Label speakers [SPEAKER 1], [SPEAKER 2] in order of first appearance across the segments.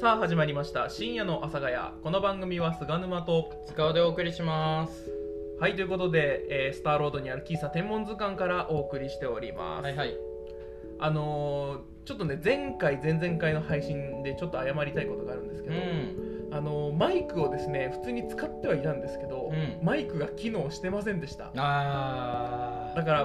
[SPEAKER 1] さあ始まりました深夜の阿佐ヶ谷この番組は菅沼と
[SPEAKER 2] 使うでお送りします
[SPEAKER 1] はいということで、えースターロードにある喫茶天文図鑑からお送りしております、
[SPEAKER 2] はいはい
[SPEAKER 1] あのーちょっとね前回前々回の配信でちょっと謝りたいことがあるんですけ
[SPEAKER 2] う
[SPEAKER 1] ど、
[SPEAKER 2] ん
[SPEAKER 1] あのーマイクをですね普通に使ってはいたんですけど、
[SPEAKER 2] うん
[SPEAKER 1] マイクが機能してませんでした
[SPEAKER 2] あ
[SPEAKER 1] だから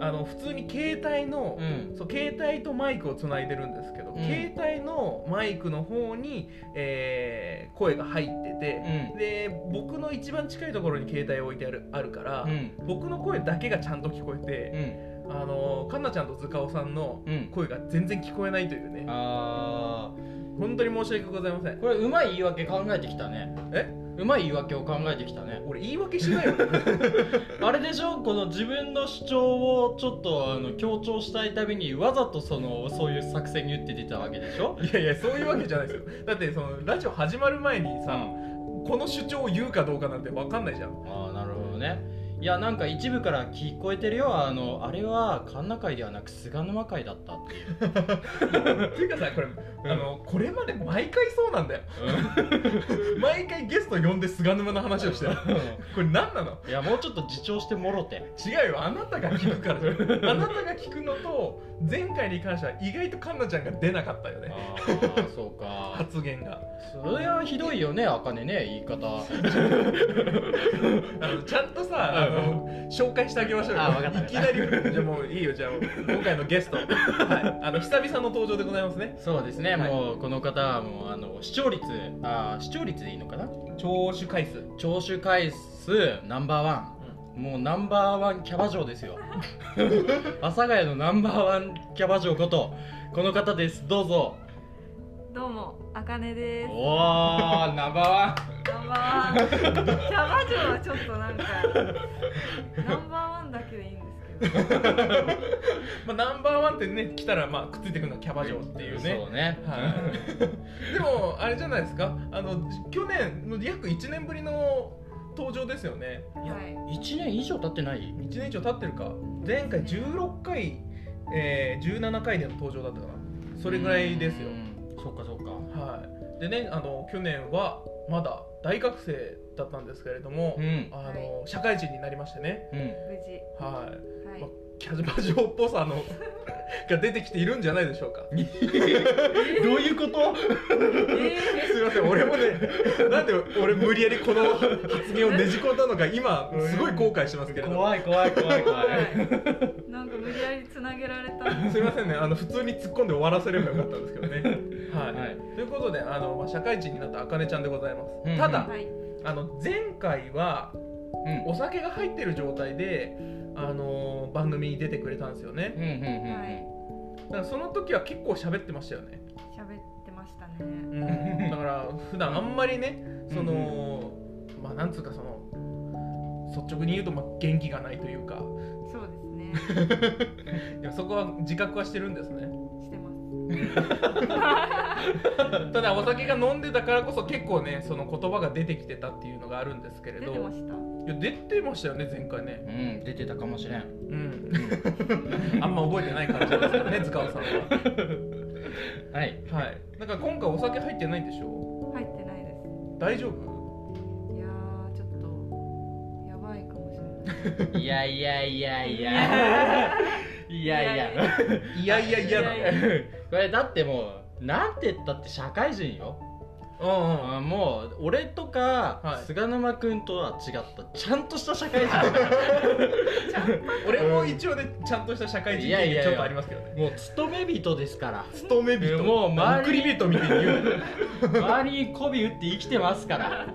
[SPEAKER 1] あの普通に携帯の、
[SPEAKER 2] うん
[SPEAKER 1] そう携帯とマイクをつないでるんですけど、
[SPEAKER 2] うん
[SPEAKER 1] 携帯のマイクの方に、えー声が入ってて、
[SPEAKER 2] うん
[SPEAKER 1] で僕の一番近いところに携帯置いてあるあるから、
[SPEAKER 2] うん
[SPEAKER 1] 僕の声だけがちゃんと聞こえて、
[SPEAKER 2] うん
[SPEAKER 1] あのかんなちゃんと塚尾さんの
[SPEAKER 2] うん
[SPEAKER 1] 声が全然聞こえないというね
[SPEAKER 2] あ
[SPEAKER 1] 本当に申し訳ございませ
[SPEAKER 2] ー
[SPEAKER 1] ん
[SPEAKER 2] これうまい言い訳考えてきたね
[SPEAKER 1] え
[SPEAKER 2] うまい言い訳を考えてきたね
[SPEAKER 1] 俺言い訳し ないよ
[SPEAKER 2] あれでしょこの自分の主張をちょっとあの強調したいためにわざとそのそういう作戦に打って出たわけでしょ
[SPEAKER 1] いやいやそういうわけじゃないですよだってそのラジオ始まる前にさ、この主張を言うかどうかなんて分かんないじゃん
[SPEAKER 2] ああなるほどねいやなんか一部から聞こえてるよあのあれは神田会ではなく菅沼会だったっていう
[SPEAKER 1] っていうかさこれ、あのこれまで毎回そうなんだよ 毎回ゲスト呼んで菅沼の話をしてるこれ何なの
[SPEAKER 2] いやもうちょっと自重してもろて
[SPEAKER 1] 違うよあなたが聞くからあなたが聞くのと前回に関しては意外と環奈ちゃんが出なかったよね
[SPEAKER 2] ああそうか
[SPEAKER 1] 発言が
[SPEAKER 2] それはひどいよねあかねね言い方
[SPEAKER 1] あのちゃんとさあの紹介してあげましょうよ
[SPEAKER 2] あわかった
[SPEAKER 1] いきなりじゃあもういいよじゃあ今回のゲスト、はい、あの久々の登場でございますね
[SPEAKER 2] そうですね、
[SPEAKER 1] はい
[SPEAKER 2] もうこの方はもうあの視聴率あー視聴率でいいのかな
[SPEAKER 1] 聴取回数
[SPEAKER 2] 聴取回数ナンバーワン、もうナンバーワンキャバ嬢 ですよ阿佐ヶ谷のナンバーワンキャバ嬢ことこの方ですどうぞ
[SPEAKER 3] どうも、あかねです。
[SPEAKER 2] おーナンバ
[SPEAKER 3] ナンバーワン。キャバ嬢はちょっとなんか。ナンバーワンだけでいいんですけ
[SPEAKER 1] ま
[SPEAKER 3] ど。
[SPEAKER 1] あ、ナンバーワンってね来たらまあくっついてくるのはキャバ嬢っていうね
[SPEAKER 2] そうね、
[SPEAKER 1] はい、でもあれじゃないですかあの去年の約1年ぶりの登場ですよね
[SPEAKER 2] いや
[SPEAKER 3] はい。
[SPEAKER 2] 1年以上経ってない
[SPEAKER 1] 1年以上経ってるか前回16回、えー17回での登場だったかなそれぐらいですよ
[SPEAKER 2] う、んそっかそっか
[SPEAKER 1] はい、でねあの去年はまだ大学生だったんですけれども、
[SPEAKER 2] うん
[SPEAKER 1] あの社会人になりましてね
[SPEAKER 2] うん
[SPEAKER 3] 無事。
[SPEAKER 1] はい
[SPEAKER 3] はい
[SPEAKER 1] まあ。キャバ嬢っぽさの が出てきているんじゃないでしょうか
[SPEAKER 2] どういうこと
[SPEAKER 3] え
[SPEAKER 1] すいません俺も ねなんで俺無理やりこの発言をねじ込んだのか今すごい後悔してますけれども
[SPEAKER 2] 怖い怖い怖い
[SPEAKER 3] ー、
[SPEAKER 2] 怖い
[SPEAKER 3] はい。なんか無理やりつなげられた。
[SPEAKER 1] すいませんねあの普通に突っ込んで終わらせればよかったんですけどね はい、
[SPEAKER 2] はい
[SPEAKER 1] ということであの、まあ、社会人になったあかねちゃんでございます、
[SPEAKER 2] うん
[SPEAKER 1] ただ、
[SPEAKER 3] はい。
[SPEAKER 1] あの前回は
[SPEAKER 2] うん
[SPEAKER 1] お酒が入ってる状態であの番組に出てくれたんですよね
[SPEAKER 2] うんうんうんうん
[SPEAKER 3] はい
[SPEAKER 1] だからその時は結構喋ってましたよね、
[SPEAKER 3] 喋ってましたね。
[SPEAKER 1] うん、だから普段あんまりねその、まあなんつうかその率直に言うと、まあ、元気がないというか
[SPEAKER 3] そうですね。
[SPEAKER 1] でもそこは自覚はしてるんですね
[SPEAKER 3] してます。
[SPEAKER 1] ただお酒が飲んでたからこそ結構ねその言葉が出てきてたっていうのがあるんですけれ
[SPEAKER 3] 出
[SPEAKER 1] ど
[SPEAKER 3] てました。
[SPEAKER 1] いや出てましたよね前回ね
[SPEAKER 2] うん、出てたかもしれん。
[SPEAKER 1] うんあんま覚えてない感じですけどね塚尾さんは
[SPEAKER 2] はい。
[SPEAKER 1] はいだから今回お酒入ってないんでしょ
[SPEAKER 3] 入ってないです。
[SPEAKER 1] 大丈夫
[SPEAKER 3] いやー、ちょっと。やばいかもしれない。
[SPEAKER 2] いやいやいやいや。いやいや。
[SPEAKER 1] いやいやいやだ
[SPEAKER 3] いやい
[SPEAKER 1] ね
[SPEAKER 2] これだってもう、なんて言ったって社会人よ。
[SPEAKER 1] うんうん
[SPEAKER 2] あもう、俺とか、
[SPEAKER 1] はい
[SPEAKER 2] 菅沼君とは違った、ちゃんとした社会人。
[SPEAKER 1] 俺も一応ねちゃんとした社会人
[SPEAKER 2] いや
[SPEAKER 1] 経
[SPEAKER 2] いや
[SPEAKER 1] 験
[SPEAKER 2] いや
[SPEAKER 1] ちょっとありますけどね
[SPEAKER 2] もう、勤め人ですから。
[SPEAKER 1] 勤め人
[SPEAKER 2] もう周り
[SPEAKER 1] クリビトみたいに言うな
[SPEAKER 2] 周りに媚び打って生きてますから。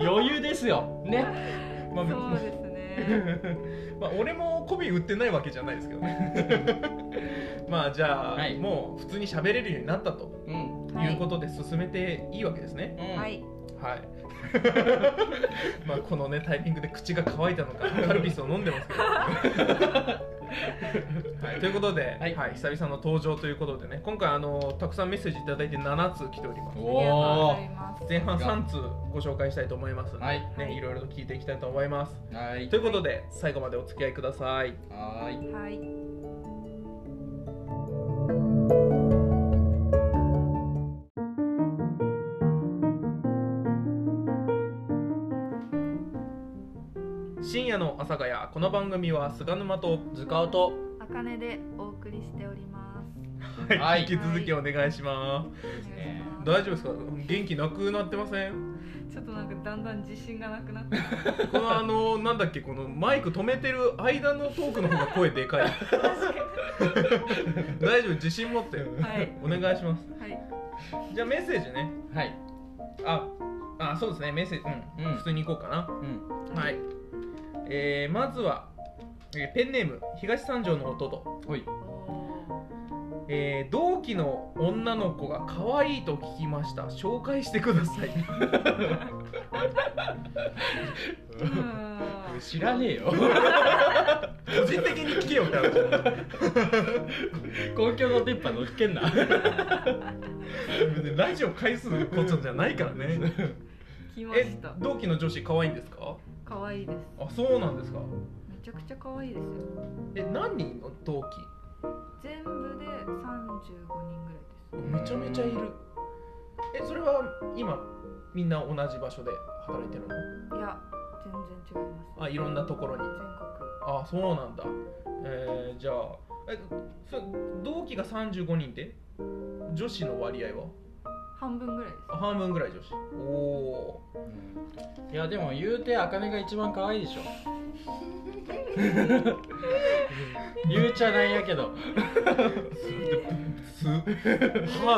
[SPEAKER 2] 余裕ですよ。ね。
[SPEAKER 1] まあ
[SPEAKER 3] そうです ね。
[SPEAKER 1] まあ、俺も媚び売ってないわけじゃないですけどね まあじゃあ、
[SPEAKER 2] はい
[SPEAKER 1] もう普通に喋れるようになったと
[SPEAKER 2] うん。
[SPEAKER 3] はい
[SPEAKER 1] いうことで進めていいわけですね
[SPEAKER 2] うん、
[SPEAKER 3] はい。
[SPEAKER 1] はい まあこのねタイミングで口が乾いたのかカルピスを飲んでますけど、 はい、ということで、は
[SPEAKER 2] はいい
[SPEAKER 1] 久々の登場ということでね今回あのたくさんメッセージいただいて7通来ております
[SPEAKER 3] ありがとうご
[SPEAKER 2] お
[SPEAKER 3] ざいます。
[SPEAKER 1] 前半3通ご紹介したいと思いますので、
[SPEAKER 2] はい
[SPEAKER 1] ね、いろいろと聞いていきたいと思います
[SPEAKER 2] ー。はい
[SPEAKER 1] とい。うことで最後までお付き合いください
[SPEAKER 2] はーい。
[SPEAKER 3] はい。
[SPEAKER 1] 阿佐ヶ谷この番組は菅沼と
[SPEAKER 2] 塚尾と
[SPEAKER 3] あかねでお送りしております
[SPEAKER 2] はい
[SPEAKER 1] 引き続きお願いします
[SPEAKER 2] すね
[SPEAKER 3] お願い
[SPEAKER 1] 大丈夫ですか元気なくなってません
[SPEAKER 3] しますちょっとなんかだんだん自信がなくな って
[SPEAKER 1] このあのなんだっけこのマイク止めてる間のトークの方が声で かい大丈夫自信持って
[SPEAKER 3] はい
[SPEAKER 1] お願いします
[SPEAKER 3] はい
[SPEAKER 1] じゃあメッセージね
[SPEAKER 2] はい
[SPEAKER 1] ああそうですねメッセージうん、
[SPEAKER 2] うん
[SPEAKER 1] 普通に行こうかな
[SPEAKER 2] うん
[SPEAKER 1] はい、えーまずは、えーペンネーム東三条の弟、
[SPEAKER 2] ほい
[SPEAKER 3] お
[SPEAKER 1] えー同期の女の子が可愛いと聞きました紹介してください
[SPEAKER 3] ーうん
[SPEAKER 2] 知らねえ よ
[SPEAKER 1] 個人的に聞けよって話
[SPEAKER 2] 公共の電波乗っけんな
[SPEAKER 1] 別にラジオ回数のことじゃないから ね
[SPEAKER 3] 来ま
[SPEAKER 1] え
[SPEAKER 3] した
[SPEAKER 1] 同期の女子可愛いんですか
[SPEAKER 3] 可愛いです
[SPEAKER 1] あそうなんですか
[SPEAKER 3] めちゃくちゃ可愛いですよ
[SPEAKER 1] え何人の同期
[SPEAKER 3] 全部で35人ぐらいです
[SPEAKER 1] めちゃめちゃいるえそれは今みんな同じ場所で働いてるの
[SPEAKER 3] いや全然違います
[SPEAKER 1] あいろんなところに
[SPEAKER 3] 全国
[SPEAKER 1] あそうなんだえー、じゃあえそ同期が35人で女子の割合は
[SPEAKER 3] 半分ぐらいで
[SPEAKER 1] あ半分ぐらい女子おお
[SPEAKER 2] いやでも言うてあかねが一番可愛い でしょ言うちゃないやけど
[SPEAKER 1] すハ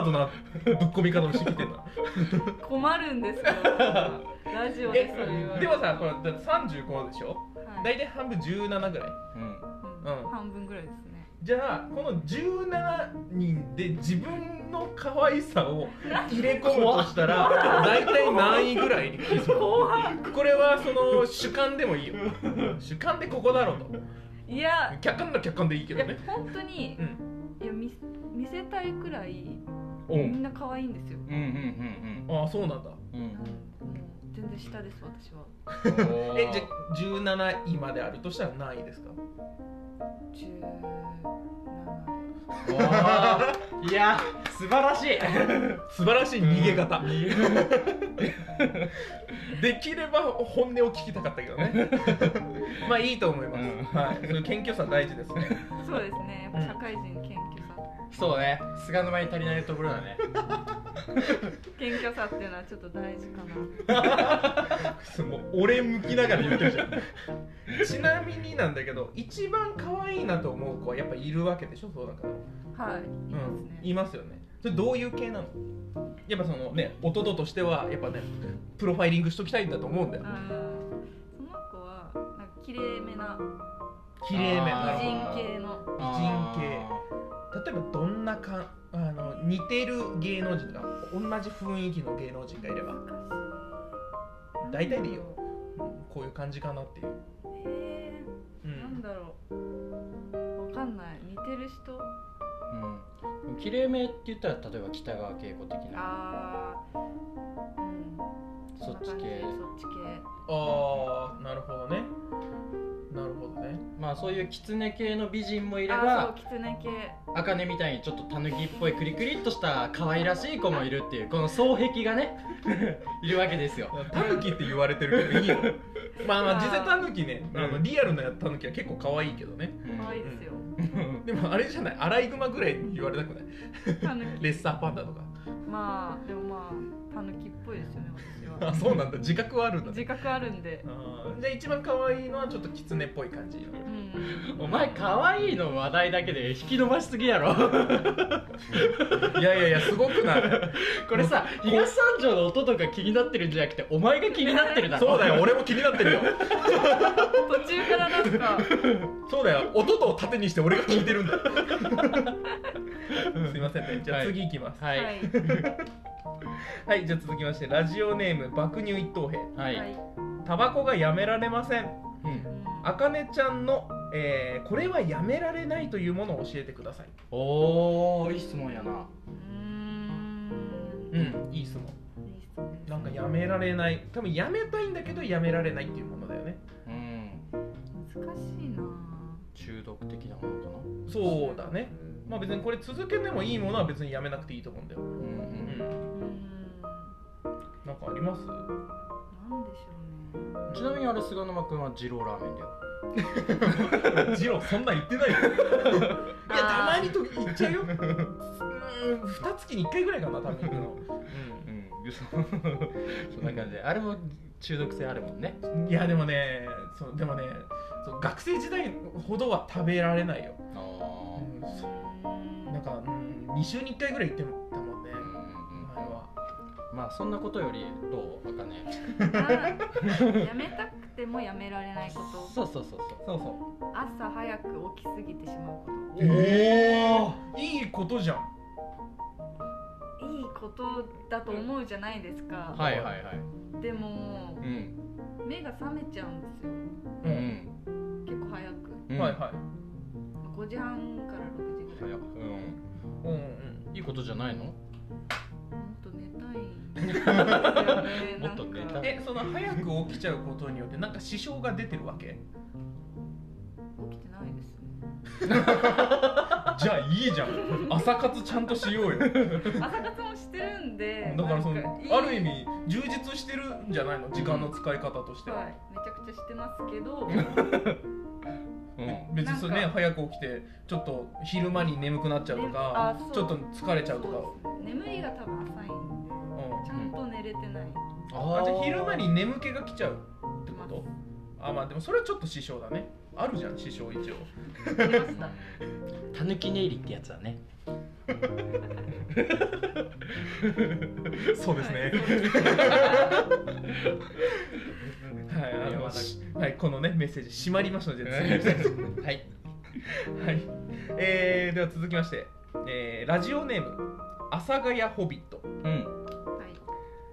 [SPEAKER 1] ードなぶっ込み方をしてきてんな
[SPEAKER 3] す困るんですよラジオでそれ言われ
[SPEAKER 1] で
[SPEAKER 3] る
[SPEAKER 1] もさこれだって35でしょ
[SPEAKER 3] はい
[SPEAKER 1] 大体半分17ぐらい
[SPEAKER 2] うん
[SPEAKER 1] うん
[SPEAKER 3] 半分ぐらいですね
[SPEAKER 1] じゃあこの17人で自分の可愛さを入れ込むとしたら大体何位ぐらいに来そうこれはその主観でもいいよ主観でここだろうと
[SPEAKER 3] いや
[SPEAKER 1] 客観の客観でいい
[SPEAKER 3] い
[SPEAKER 1] けど
[SPEAKER 3] や
[SPEAKER 1] ね
[SPEAKER 3] 本当に
[SPEAKER 1] うん
[SPEAKER 3] いや見せ見せたいくらい
[SPEAKER 2] うん
[SPEAKER 3] みんな可愛いんですよ
[SPEAKER 2] うんうん
[SPEAKER 1] ああそうなんだ
[SPEAKER 2] うんうん
[SPEAKER 3] なんもう全然下です私は
[SPEAKER 2] うん
[SPEAKER 1] えじゃあ17位まであるとしたら何位ですか
[SPEAKER 3] 17
[SPEAKER 2] おーいや素晴らしい
[SPEAKER 1] 素晴らしい逃げ方、できれば本音を聞きたかったけどねまあいいと思います、
[SPEAKER 2] うん
[SPEAKER 1] はい、そういう謙虚さ大事ですね
[SPEAKER 3] そうですねやっぱ社会人謙虚さ
[SPEAKER 2] そうね菅沼に足りないところだね
[SPEAKER 3] 謙虚さっていうのはちょっと大事かな
[SPEAKER 1] もう俺向きながら言ってるじゃん ちなみになんだけど一番可愛いなと思う子はやっぱいるわけでしょそうだから
[SPEAKER 3] はいいいですね
[SPEAKER 1] うん、いますよねそれどういう系なのやっぱそのね弟としてはやっぱねプロファイリングしときたいんだと思うんだよ
[SPEAKER 3] あーその子はなんか綺麗めな
[SPEAKER 1] 綺麗め
[SPEAKER 2] あ
[SPEAKER 1] な
[SPEAKER 2] ー
[SPEAKER 1] るほど
[SPEAKER 3] 美人系の
[SPEAKER 1] 例えばどんなかんあの似てる芸能人が同じ雰囲気の芸能人がいれば大体でいいよこういう感じかなっていう、
[SPEAKER 3] え
[SPEAKER 1] う
[SPEAKER 3] ー、なん
[SPEAKER 1] ん、
[SPEAKER 3] だろうわかんない似てる人
[SPEAKER 2] うん綺麗めって言ったら例えば北川景子的な
[SPEAKER 3] あーうん
[SPEAKER 2] そっち
[SPEAKER 3] んな感じ
[SPEAKER 2] 系
[SPEAKER 3] そっち系
[SPEAKER 1] ああなるほどねなるほどね
[SPEAKER 2] まあそういう狐系の美人もいれ
[SPEAKER 3] あー
[SPEAKER 2] ば
[SPEAKER 3] そう狐系
[SPEAKER 2] 茜みたいにちょっとたぬきっぽいクリクリっとした可愛らしい子もいるっていうこの双璧がね いるわけですよ
[SPEAKER 1] タヌキって言われてるけどいいよ まあまあ実際タヌキねあの
[SPEAKER 2] うん
[SPEAKER 1] リアルなタヌキは結構可愛いけどね
[SPEAKER 3] 可愛いですよ
[SPEAKER 2] うん
[SPEAKER 1] でもあれじゃないアライグマぐらいに言われたくない
[SPEAKER 3] タヌキ
[SPEAKER 1] レッサーパンダとか
[SPEAKER 3] まあでもまあタヌキっぽいですよね私
[SPEAKER 1] あ
[SPEAKER 3] は
[SPEAKER 1] そうなんだ自覚はあるんだね
[SPEAKER 3] 自覚あるんで
[SPEAKER 1] あーじゃあ一番可愛いのはちょっとキツネっぽい感じの
[SPEAKER 3] うん
[SPEAKER 2] お前可愛いの話題だけで引き伸ばしすぎやろ
[SPEAKER 1] いやいやいやすごく ない
[SPEAKER 2] これさ東三条の音とか気になってるんじゃなくてお前が気になってるだろ
[SPEAKER 1] そうだよ俺も気になってるよ
[SPEAKER 3] 途中からなんか
[SPEAKER 1] そうだよ音と縦にして俺が聞いてるんだ すいませんねじゃあ
[SPEAKER 2] はい
[SPEAKER 1] 次行きます
[SPEAKER 2] は
[SPEAKER 3] はいい
[SPEAKER 1] はい、じゃあ続きましてラジオネーム爆乳一等兵
[SPEAKER 2] はい、
[SPEAKER 3] はい
[SPEAKER 1] タバコがやめられません
[SPEAKER 2] うん
[SPEAKER 3] うん
[SPEAKER 1] あかねちゃんの、えーこれはやめられないというものを教えてください
[SPEAKER 2] おーいい質問やな
[SPEAKER 3] うーん
[SPEAKER 1] うんいい質問
[SPEAKER 3] いい質問です
[SPEAKER 1] なんかやめられない多分やめたいんだけどやめられないっていうものだよね
[SPEAKER 2] うん
[SPEAKER 3] 難しいな
[SPEAKER 2] 中毒的なものかな
[SPEAKER 1] そうだねまあ別にこれ続けてもいいものは別にやめなくていいと思うんだよ、
[SPEAKER 2] う
[SPEAKER 1] うん、
[SPEAKER 3] うんん
[SPEAKER 1] なんかあります
[SPEAKER 3] なんでしょうね
[SPEAKER 2] ちなみにあれ菅沼君は二郎ラーメンだよ
[SPEAKER 1] ジローそんなん言 ってないよいやたまにと言っちゃう ようーん二月に1回ぐらいかな多分行くの、
[SPEAKER 2] うん、そ そんな感じであれも中毒性あるもんね
[SPEAKER 1] うんいやでもねそうでもねそう学生時代ほどは食べられないよ
[SPEAKER 2] ああ
[SPEAKER 1] うんなんか、うん、2週に1回ぐらい行ってたもんね前は
[SPEAKER 2] まあそんなことよりどうあかね
[SPEAKER 3] やめたくてもやめられないこと
[SPEAKER 2] そうそうそうそ
[SPEAKER 1] そうそ
[SPEAKER 3] 朝早く起きすぎてしまうこ
[SPEAKER 1] うおおいいことじゃん
[SPEAKER 3] といいことだと思うじゃないですか
[SPEAKER 2] う、はいはいはい
[SPEAKER 3] でも
[SPEAKER 2] うん
[SPEAKER 3] 目が覚めちゃうんですよ
[SPEAKER 1] う、
[SPEAKER 2] うんん、
[SPEAKER 3] 結構早く
[SPEAKER 2] うん、
[SPEAKER 1] はいはい
[SPEAKER 3] 5時半から6時ぐらい
[SPEAKER 2] 早っうん
[SPEAKER 1] うんうん
[SPEAKER 2] いいことじゃないの
[SPEAKER 3] もっと寝たいんですよ ね
[SPEAKER 2] もっと寝たい
[SPEAKER 3] なんか
[SPEAKER 1] えその早く起きちゃうことによってなんか支障が出てるわけ
[SPEAKER 3] 起きてないですね
[SPEAKER 1] じゃあいいじゃ ん朝活ちゃんとしようよだ
[SPEAKER 3] 朝活もしてるんで
[SPEAKER 1] からそ
[SPEAKER 3] なん
[SPEAKER 1] の
[SPEAKER 3] いい
[SPEAKER 1] ある意味充実してるんじゃないの時間の使い方としては、
[SPEAKER 3] はいめちゃくちゃしてますけど
[SPEAKER 2] うん
[SPEAKER 1] 別にそれね
[SPEAKER 3] なんか
[SPEAKER 1] 早く起きてちょっと昼間に眠くなっちゃうとか
[SPEAKER 3] ねあそう
[SPEAKER 1] ちょっと疲れちゃうとか
[SPEAKER 3] そうですね眠りが多分浅いんで
[SPEAKER 1] うん
[SPEAKER 3] ちゃんと寝れてない
[SPEAKER 1] あじゃあ
[SPEAKER 2] ー
[SPEAKER 1] 昼間に眠気が来ちゃうってことあまあでもそれはちょっと支障だねあるじゃん支障一応
[SPEAKER 3] 寝ました
[SPEAKER 2] たぬき寝入りってやつだね
[SPEAKER 1] そう
[SPEAKER 3] はい
[SPEAKER 1] はい、あ
[SPEAKER 2] いやま
[SPEAKER 1] の
[SPEAKER 2] あ
[SPEAKER 1] しはい、このねメッセージ締まりますので次に行きたいと思います
[SPEAKER 2] は
[SPEAKER 1] は
[SPEAKER 2] い
[SPEAKER 1] い、えー、では続きまして、えーラジオネーム「阿佐ヶ谷ホビット
[SPEAKER 2] うん
[SPEAKER 3] はい」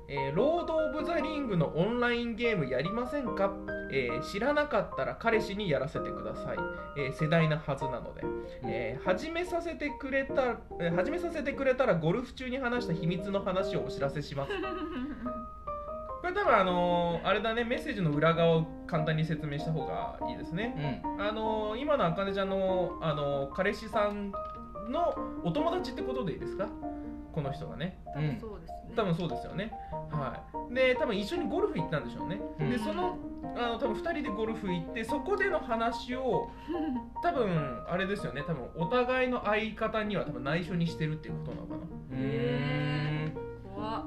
[SPEAKER 1] えーロード・オブ・ザ・リング」のオンラインゲームやりませんか、えー知らなかったら彼氏にやらせてください、えー世代なはずなので、えー始めさせてくれた、えー始めさせてくれたらゴルフ中に話した秘密の話をお知らせします これ多分あのーあれだねメッセージの裏側を簡単に説明した方がいいですね
[SPEAKER 2] うん
[SPEAKER 1] あのー今のあかねちゃんの、あのー彼氏さんのお友達ってことでいいですかこの人がね
[SPEAKER 3] 多分そうですね
[SPEAKER 1] 多分そうですよねはいで多分一緒にゴルフ行ったんでしょうね、
[SPEAKER 2] うん
[SPEAKER 1] でそのあの多分2人でゴルフ行ってそこでの話を多分あれですよね多分お互いの相方には多分内緒にしてるっていうことなのか
[SPEAKER 3] へ怖っ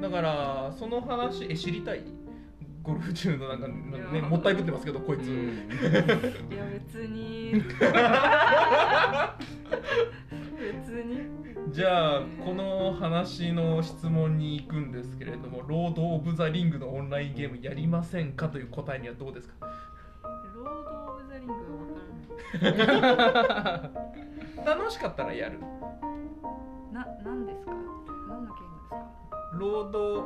[SPEAKER 1] なだからその話え知りたいゴルフ中のなんか
[SPEAKER 3] や
[SPEAKER 1] ねもったいぶってますけどこいつ、
[SPEAKER 3] いや 別に別に
[SPEAKER 1] じゃあこの話の質問に行くんですけれども「ロード・オブ・ザ・リング」のオンラインゲームやりませんかという答えにはどうですか
[SPEAKER 3] ロード・オブ・ザ・リングは分からない
[SPEAKER 1] 楽しかったらやる
[SPEAKER 3] な何ですか何のゲームですか
[SPEAKER 1] ロード・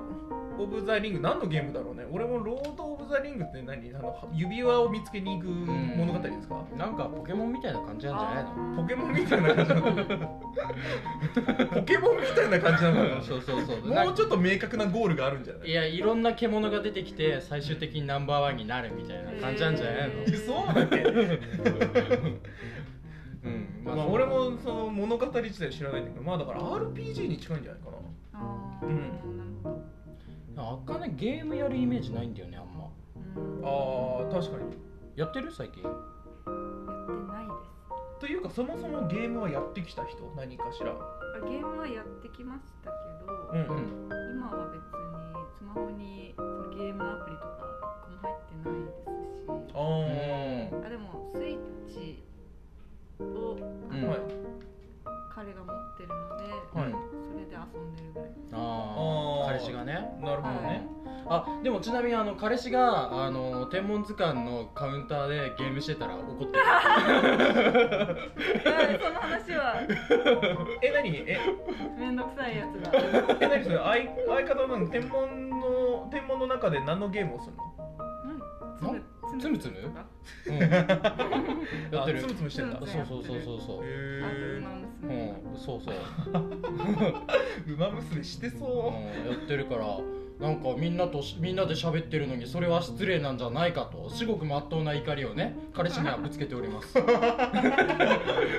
[SPEAKER 1] オブ・ザ・リング何のゲームだろうね俺も「ロード・オブ・ザ・リング」って何あの指輪を見つけに行く物語ですか
[SPEAKER 2] なんかポケモンみたいな感じなんじゃないの
[SPEAKER 1] ポケモンみたいな感じなのポケモンみたいな感じなの
[SPEAKER 2] そうそうそう
[SPEAKER 1] もうち
[SPEAKER 2] ょ
[SPEAKER 1] ょっと明確なゴールがあるんじゃない
[SPEAKER 2] いやいろんな獣が出てきて最終的にナンバーワンになるみたいな感じなんじゃないの、
[SPEAKER 3] へ
[SPEAKER 1] えそうだっけ
[SPEAKER 2] うん
[SPEAKER 1] まあ、俺もその物語自体知らないんだけどまあだから RPG に近いんじゃないかな
[SPEAKER 3] ああ、
[SPEAKER 1] う
[SPEAKER 3] うんん、なるほど
[SPEAKER 2] あかねゲームやるイメージないんだよねあんま
[SPEAKER 3] うん、や
[SPEAKER 1] あー確かに
[SPEAKER 2] やってる最近
[SPEAKER 3] ってないです
[SPEAKER 1] というかそもそもゲームはやってきた人何かしら
[SPEAKER 3] あゲームはやってきましたけど、
[SPEAKER 1] うん
[SPEAKER 2] うん
[SPEAKER 3] 今は別にスマホにそのゲームアプリとか一個も入ってないですし
[SPEAKER 1] あー
[SPEAKER 3] あでもスイッチを、あ
[SPEAKER 2] うん
[SPEAKER 3] の
[SPEAKER 1] はい
[SPEAKER 3] 彼が持ってるので、
[SPEAKER 1] はい
[SPEAKER 3] それで遊んでるぐらい
[SPEAKER 2] あ
[SPEAKER 1] あー
[SPEAKER 2] あ彼氏がね
[SPEAKER 1] なるほど
[SPEAKER 3] は
[SPEAKER 1] ね
[SPEAKER 3] い、
[SPEAKER 2] あでもちなみにあの彼氏があの天文図鑑のカウンターでゲームしてたら怒ってる
[SPEAKER 3] はいその話は
[SPEAKER 1] え何え
[SPEAKER 3] めんどくさいやつだ
[SPEAKER 1] え何それ相相方の天文の天文の中で何のゲームをするの
[SPEAKER 3] 何
[SPEAKER 2] つ
[SPEAKER 3] つ
[SPEAKER 2] む
[SPEAKER 3] む
[SPEAKER 2] つむ
[SPEAKER 3] とか
[SPEAKER 2] うんやって
[SPEAKER 1] あ
[SPEAKER 2] る
[SPEAKER 1] つむつむしてんだ
[SPEAKER 3] つむつむ
[SPEAKER 2] そうそうそうそうそ
[SPEAKER 1] へ
[SPEAKER 2] う
[SPEAKER 3] あと馬
[SPEAKER 1] え
[SPEAKER 2] うん
[SPEAKER 3] 娘
[SPEAKER 2] そうそう
[SPEAKER 1] 馬娘してそ
[SPEAKER 2] うんやってるからなんかみんなとしみんなで喋ってるのにそれは失礼なんじゃないかと至極真っ当な怒りをね彼氏にはぶつけております
[SPEAKER 1] うあ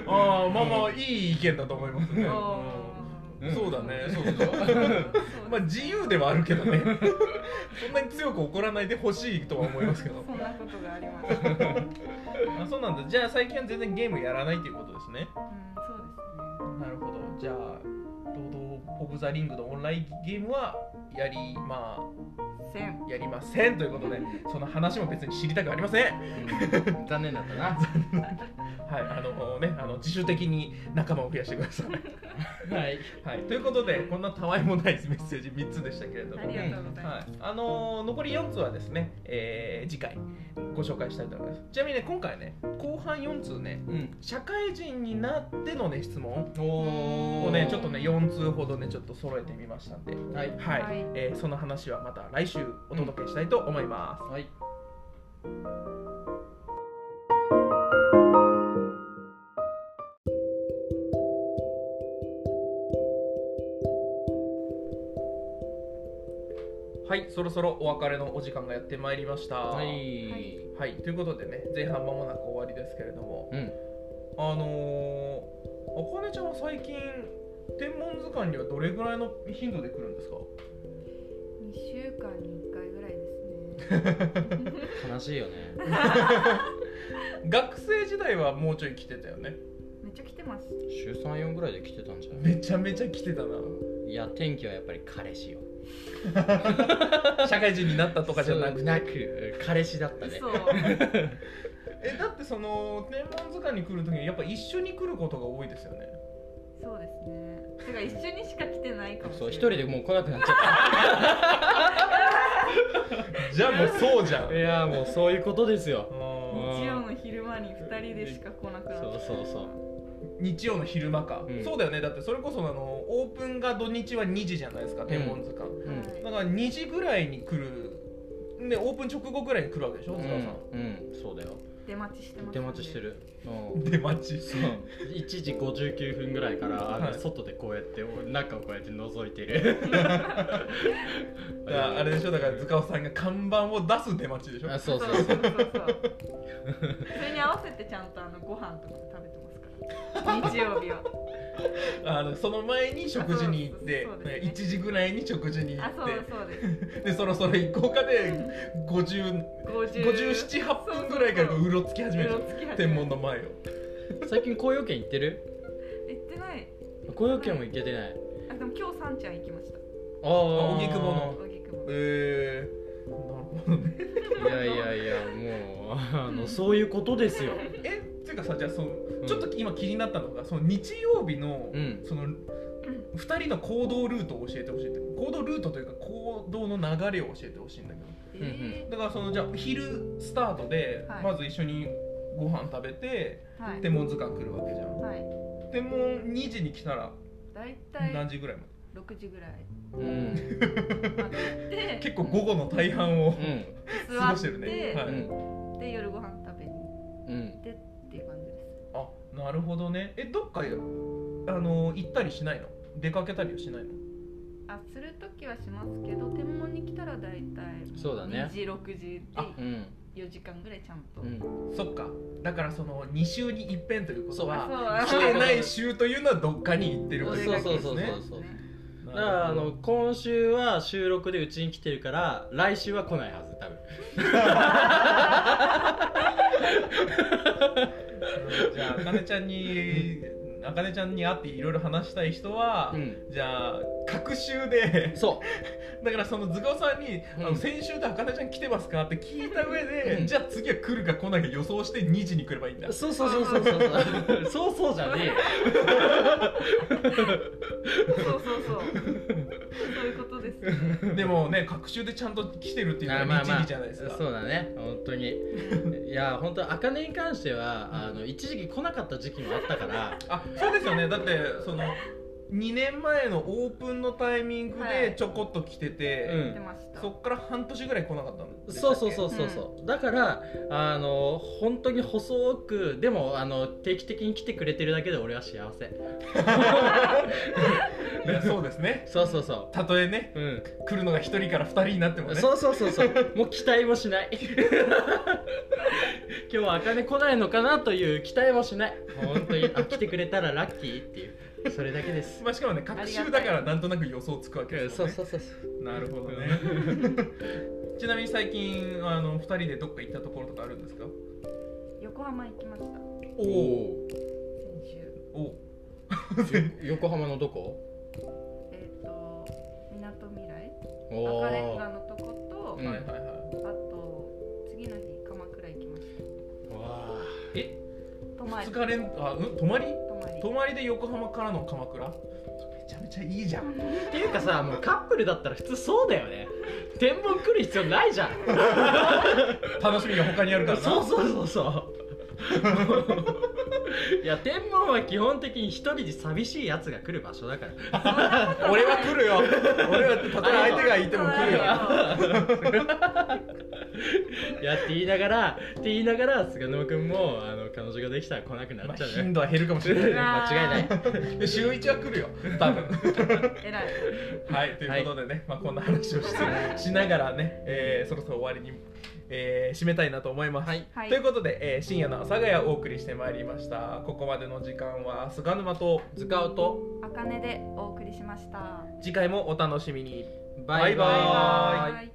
[SPEAKER 1] あまあまあいい意見だと思いますね
[SPEAKER 3] あ
[SPEAKER 1] うん
[SPEAKER 3] ー
[SPEAKER 2] うん
[SPEAKER 1] そうだ ねそう
[SPEAKER 3] そう
[SPEAKER 1] だねまあ自由ではあるけどねそんなに強く怒らないでほしいとは思いますけど
[SPEAKER 3] そんなことがあります。うん、そうですね。
[SPEAKER 1] あそうなんだじゃあ最近は全然ゲームやらないということですねなるほどじゃあ「ロード・オブ・ザ・リング」のオンラインゲームはやりま
[SPEAKER 3] せん。
[SPEAKER 1] あやりませんということでその話も別に知りたくありません
[SPEAKER 2] うん残念だったな
[SPEAKER 1] はいあのねあの自主的に仲間を増やしてください
[SPEAKER 2] はい
[SPEAKER 1] はい、ということでこんなたわいもないメッセージ3つでしたけれども、
[SPEAKER 3] ありがとうござい
[SPEAKER 1] は
[SPEAKER 3] ま
[SPEAKER 1] いあのー残り4つはですね、えー次回ご紹介したいと思いますちなみにね今回ね後半4通ね
[SPEAKER 2] うん
[SPEAKER 1] 社会人になってのね質問
[SPEAKER 2] お
[SPEAKER 1] を
[SPEAKER 2] お
[SPEAKER 1] ねちょっとね4通ほどねちょっと揃えてみましたんで、はい
[SPEAKER 2] はい
[SPEAKER 3] はい
[SPEAKER 1] えーその話はまた来週お届けしたいと思います、
[SPEAKER 2] はい
[SPEAKER 1] はいそろそろお別れのお時間がやってまいりました
[SPEAKER 2] は
[SPEAKER 3] はいい
[SPEAKER 1] はいということでね前半まもなく終わりですけれども
[SPEAKER 2] うん
[SPEAKER 1] あのー、あかねちゃんは最近天文図鑑にはどれぐらいの頻度で来るんですか
[SPEAKER 3] す。二週間に一回ぐらい ですね。
[SPEAKER 2] 悲しいよね
[SPEAKER 1] 学生時代はもうちょい来てたよね
[SPEAKER 3] めっちゃ来てます。
[SPEAKER 2] 週34ぐらいで来てたんじゃない
[SPEAKER 1] めちゃめちゃ来てたない
[SPEAKER 2] や天気はやっぱり彼氏よ
[SPEAKER 1] 社会人になったとかじゃなく
[SPEAKER 2] そう
[SPEAKER 1] て
[SPEAKER 2] なく彼氏だったね
[SPEAKER 3] そう。
[SPEAKER 1] えだってその天文図鑑に来る時にやっぱ一緒に来ることが多いですよね
[SPEAKER 3] そうですね。てか一緒にしか来てないかもしれない。
[SPEAKER 2] そう一人でもう来なくなっちゃ
[SPEAKER 1] じゃあもうそうじゃん
[SPEAKER 2] ったいやもうそういうことですよ
[SPEAKER 1] あー
[SPEAKER 3] 日曜の昼間に二人でしか来なくなっ
[SPEAKER 2] そう
[SPEAKER 3] た。
[SPEAKER 2] そうそう
[SPEAKER 1] 日曜の昼間か、
[SPEAKER 2] うん
[SPEAKER 1] そうだよねだってそれこそあのオープンが土日は2時じゃないですか天文図鑑、
[SPEAKER 2] うん
[SPEAKER 1] だから2時ぐらいに来るねオープン直後ぐらいに来るわけでしょ
[SPEAKER 2] う
[SPEAKER 1] 塚さん、
[SPEAKER 2] ん、うん、そうだよ
[SPEAKER 3] 出待ちしてます、
[SPEAKER 2] 出待ちして。るうん
[SPEAKER 1] 出待ち
[SPEAKER 2] そう1時59分ぐらいからあの
[SPEAKER 1] はい
[SPEAKER 2] 外でこうやって中をこうやって覗いて る
[SPEAKER 1] だからあれでしょだから塚尾さんが看板を出す出待ちでしょ
[SPEAKER 2] あ
[SPEAKER 1] あ
[SPEAKER 2] そうそう
[SPEAKER 3] そ
[SPEAKER 2] そう
[SPEAKER 3] そうそう。それに合わせてちゃんとあのご飯とかも食べてますから。日曜日は。
[SPEAKER 1] のその前に食事に行って
[SPEAKER 3] あそうそうそうですね
[SPEAKER 1] 1時ぐらいに食事に行
[SPEAKER 3] あ、そう
[SPEAKER 1] っ
[SPEAKER 3] そうです。
[SPEAKER 1] てでそろそろ行こうかで
[SPEAKER 3] 50
[SPEAKER 1] 578分ぐらいからこううろつき始めるでしょ天文の前を
[SPEAKER 2] 最近紅葉県行ってる
[SPEAKER 3] 行ってない
[SPEAKER 2] 紅葉県も行けてない
[SPEAKER 3] あでも今日さんちゃん行きました
[SPEAKER 2] ああ
[SPEAKER 1] 荻窪の
[SPEAKER 3] 荻窪
[SPEAKER 1] えー、なるほどね
[SPEAKER 2] いやいやいやもうあのそういうことですよ
[SPEAKER 1] えっていうかさじゃあその
[SPEAKER 2] ん
[SPEAKER 1] ちょっと今気になったのがその日曜日の、
[SPEAKER 2] うん
[SPEAKER 1] その2人の行動ルートを教えてほしいって行動ルートというか行動の流れを教えてほしいんだけど
[SPEAKER 3] え
[SPEAKER 1] だからそのじゃあ昼スタートで、
[SPEAKER 3] はい
[SPEAKER 1] まず一緒にご飯食べて
[SPEAKER 3] ー、はい
[SPEAKER 1] 天文図鑑来るわけじゃん
[SPEAKER 3] はい
[SPEAKER 1] 天文2時に来たら
[SPEAKER 3] 大
[SPEAKER 1] 何
[SPEAKER 3] 体
[SPEAKER 1] 時ぐらいまで、
[SPEAKER 3] 6時ぐらい
[SPEAKER 2] うん
[SPEAKER 3] まで行って
[SPEAKER 1] 結構午後の大半を、
[SPEAKER 2] うん
[SPEAKER 1] 過
[SPEAKER 3] 座
[SPEAKER 1] ご
[SPEAKER 3] っ
[SPEAKER 1] して
[SPEAKER 3] て
[SPEAKER 1] るねは
[SPEAKER 2] う
[SPEAKER 1] い
[SPEAKER 2] ん
[SPEAKER 3] で夜ご飯食べに行
[SPEAKER 2] うん
[SPEAKER 3] ってっていう感じです
[SPEAKER 1] あなるほどねえどっかあの行ったりしないの出かけたりはしないの
[SPEAKER 3] あする時はしますけど天文に来たら大体
[SPEAKER 2] そうだね
[SPEAKER 3] 2時6時
[SPEAKER 1] あ
[SPEAKER 2] うん
[SPEAKER 3] で4時間ぐらいちゃんと、
[SPEAKER 2] うん
[SPEAKER 1] そっかだからその2週に一遍ということ
[SPEAKER 3] あ
[SPEAKER 1] は
[SPEAKER 3] そう
[SPEAKER 1] 来てない週というのはどっかに行ってるわけ
[SPEAKER 2] そうそうそうそう
[SPEAKER 1] ですね
[SPEAKER 2] そうだ
[SPEAKER 1] だ
[SPEAKER 2] からあの今週は収録でうちに来てるから来週は来ないはず多分
[SPEAKER 1] じゃああかねちゃんにあかねちゃんに会っていろいろ話したい人は、
[SPEAKER 2] うん
[SPEAKER 1] じゃあ隔週で
[SPEAKER 2] そ
[SPEAKER 1] だからその図鑑さんに、あの
[SPEAKER 2] うん
[SPEAKER 1] 先週であかねちゃん来てますかって聞いた上で、
[SPEAKER 2] うん
[SPEAKER 1] じゃあ次は来るか来ないか予想して2時に来ればいいんだ
[SPEAKER 2] うそうそうそうそうそうそうそうそうじゃねえよ
[SPEAKER 3] そうそうそうそういうことですね、
[SPEAKER 1] でもね隔週でちゃんと来てるっていうの
[SPEAKER 2] あ
[SPEAKER 1] は
[SPEAKER 2] まあま
[SPEAKER 1] 律
[SPEAKER 2] あ
[SPEAKER 1] 儀じゃないですか、
[SPEAKER 2] そうだね本当に
[SPEAKER 3] うん
[SPEAKER 2] いや本当茜に関してはあの一時期来なかった時期もあったから
[SPEAKER 1] あそうですよねだってその2年前のオープンのタイミング
[SPEAKER 3] は
[SPEAKER 1] で
[SPEAKER 3] い
[SPEAKER 1] ちょこっと来てて、
[SPEAKER 2] うん
[SPEAKER 3] 出ました
[SPEAKER 1] そっから半年ぐらい来なかったんです
[SPEAKER 2] そうそうそううそうそう、だからあの本当に細くでもあの定期的に来てくれてるだけで俺は幸せ
[SPEAKER 1] いやそうですね
[SPEAKER 2] そうそうそ
[SPEAKER 1] たとえね
[SPEAKER 2] ううん
[SPEAKER 1] 来るのが1人から2人になってもね
[SPEAKER 2] そうそうそうそうもう期待もし ない今日は茜来ないのかなという期待もしない本当にあ来てくれたらラッキーっていうそれだけです
[SPEAKER 1] まあしかもね隔週だからなんとなく予想つくわけです
[SPEAKER 2] そ
[SPEAKER 1] よ
[SPEAKER 2] う
[SPEAKER 1] ね
[SPEAKER 2] そうそうそう
[SPEAKER 1] なるほどね ちなみに最近あの2人でどっか行ったところとかあるんですか
[SPEAKER 3] 横浜行きました
[SPEAKER 1] お
[SPEAKER 2] お
[SPEAKER 3] 先週
[SPEAKER 1] お
[SPEAKER 2] 横浜のどこ
[SPEAKER 3] えっ、とみなとみらい
[SPEAKER 2] お
[SPEAKER 3] 赤レンガのとこ
[SPEAKER 2] う
[SPEAKER 3] と、
[SPEAKER 2] ん
[SPEAKER 1] はいはいはい
[SPEAKER 3] あと次の日鎌倉行きまし
[SPEAKER 2] わ
[SPEAKER 1] え
[SPEAKER 3] た泊まり
[SPEAKER 1] 2日連あうん泊まり
[SPEAKER 3] 泊まり
[SPEAKER 1] 泊まりで横浜からの鎌倉めちゃめちゃいいじゃん
[SPEAKER 2] ーっていうかさもうカップルだったら普通そうだよ ね天文来る必要ないじゃん
[SPEAKER 1] 楽しみが他にあるからな
[SPEAKER 2] そうそうそうそういや天文は基本的に一人で寂しいやつが来る場所だから
[SPEAKER 1] 俺は来る よ俺はたとえ相手がいても来るよ
[SPEAKER 2] いやって言いながらって言いながら菅沼君もあの彼女ができたら来なくな
[SPEAKER 1] ま
[SPEAKER 2] っ
[SPEAKER 1] あ
[SPEAKER 2] ちゃうね
[SPEAKER 1] 頻、度は減るかもしれないね
[SPEAKER 3] う わ
[SPEAKER 2] 間違いない
[SPEAKER 1] で週1は来るよ多分
[SPEAKER 3] えらい
[SPEAKER 1] はいということでね、まあ、こんな話をしてしながらね、えーそろそろ終わりに、えー締めたいなと思います、
[SPEAKER 3] はい
[SPEAKER 1] ということで、えー深夜の阿佐ヶ谷をお送りしてまいりましたここまでの時間は菅沼と
[SPEAKER 2] 塚尾と
[SPEAKER 3] あかねでお送りしました
[SPEAKER 1] 次回もお楽しみに
[SPEAKER 2] バイバ
[SPEAKER 1] バイバ
[SPEAKER 2] イ
[SPEAKER 1] ーイ
[SPEAKER 3] イ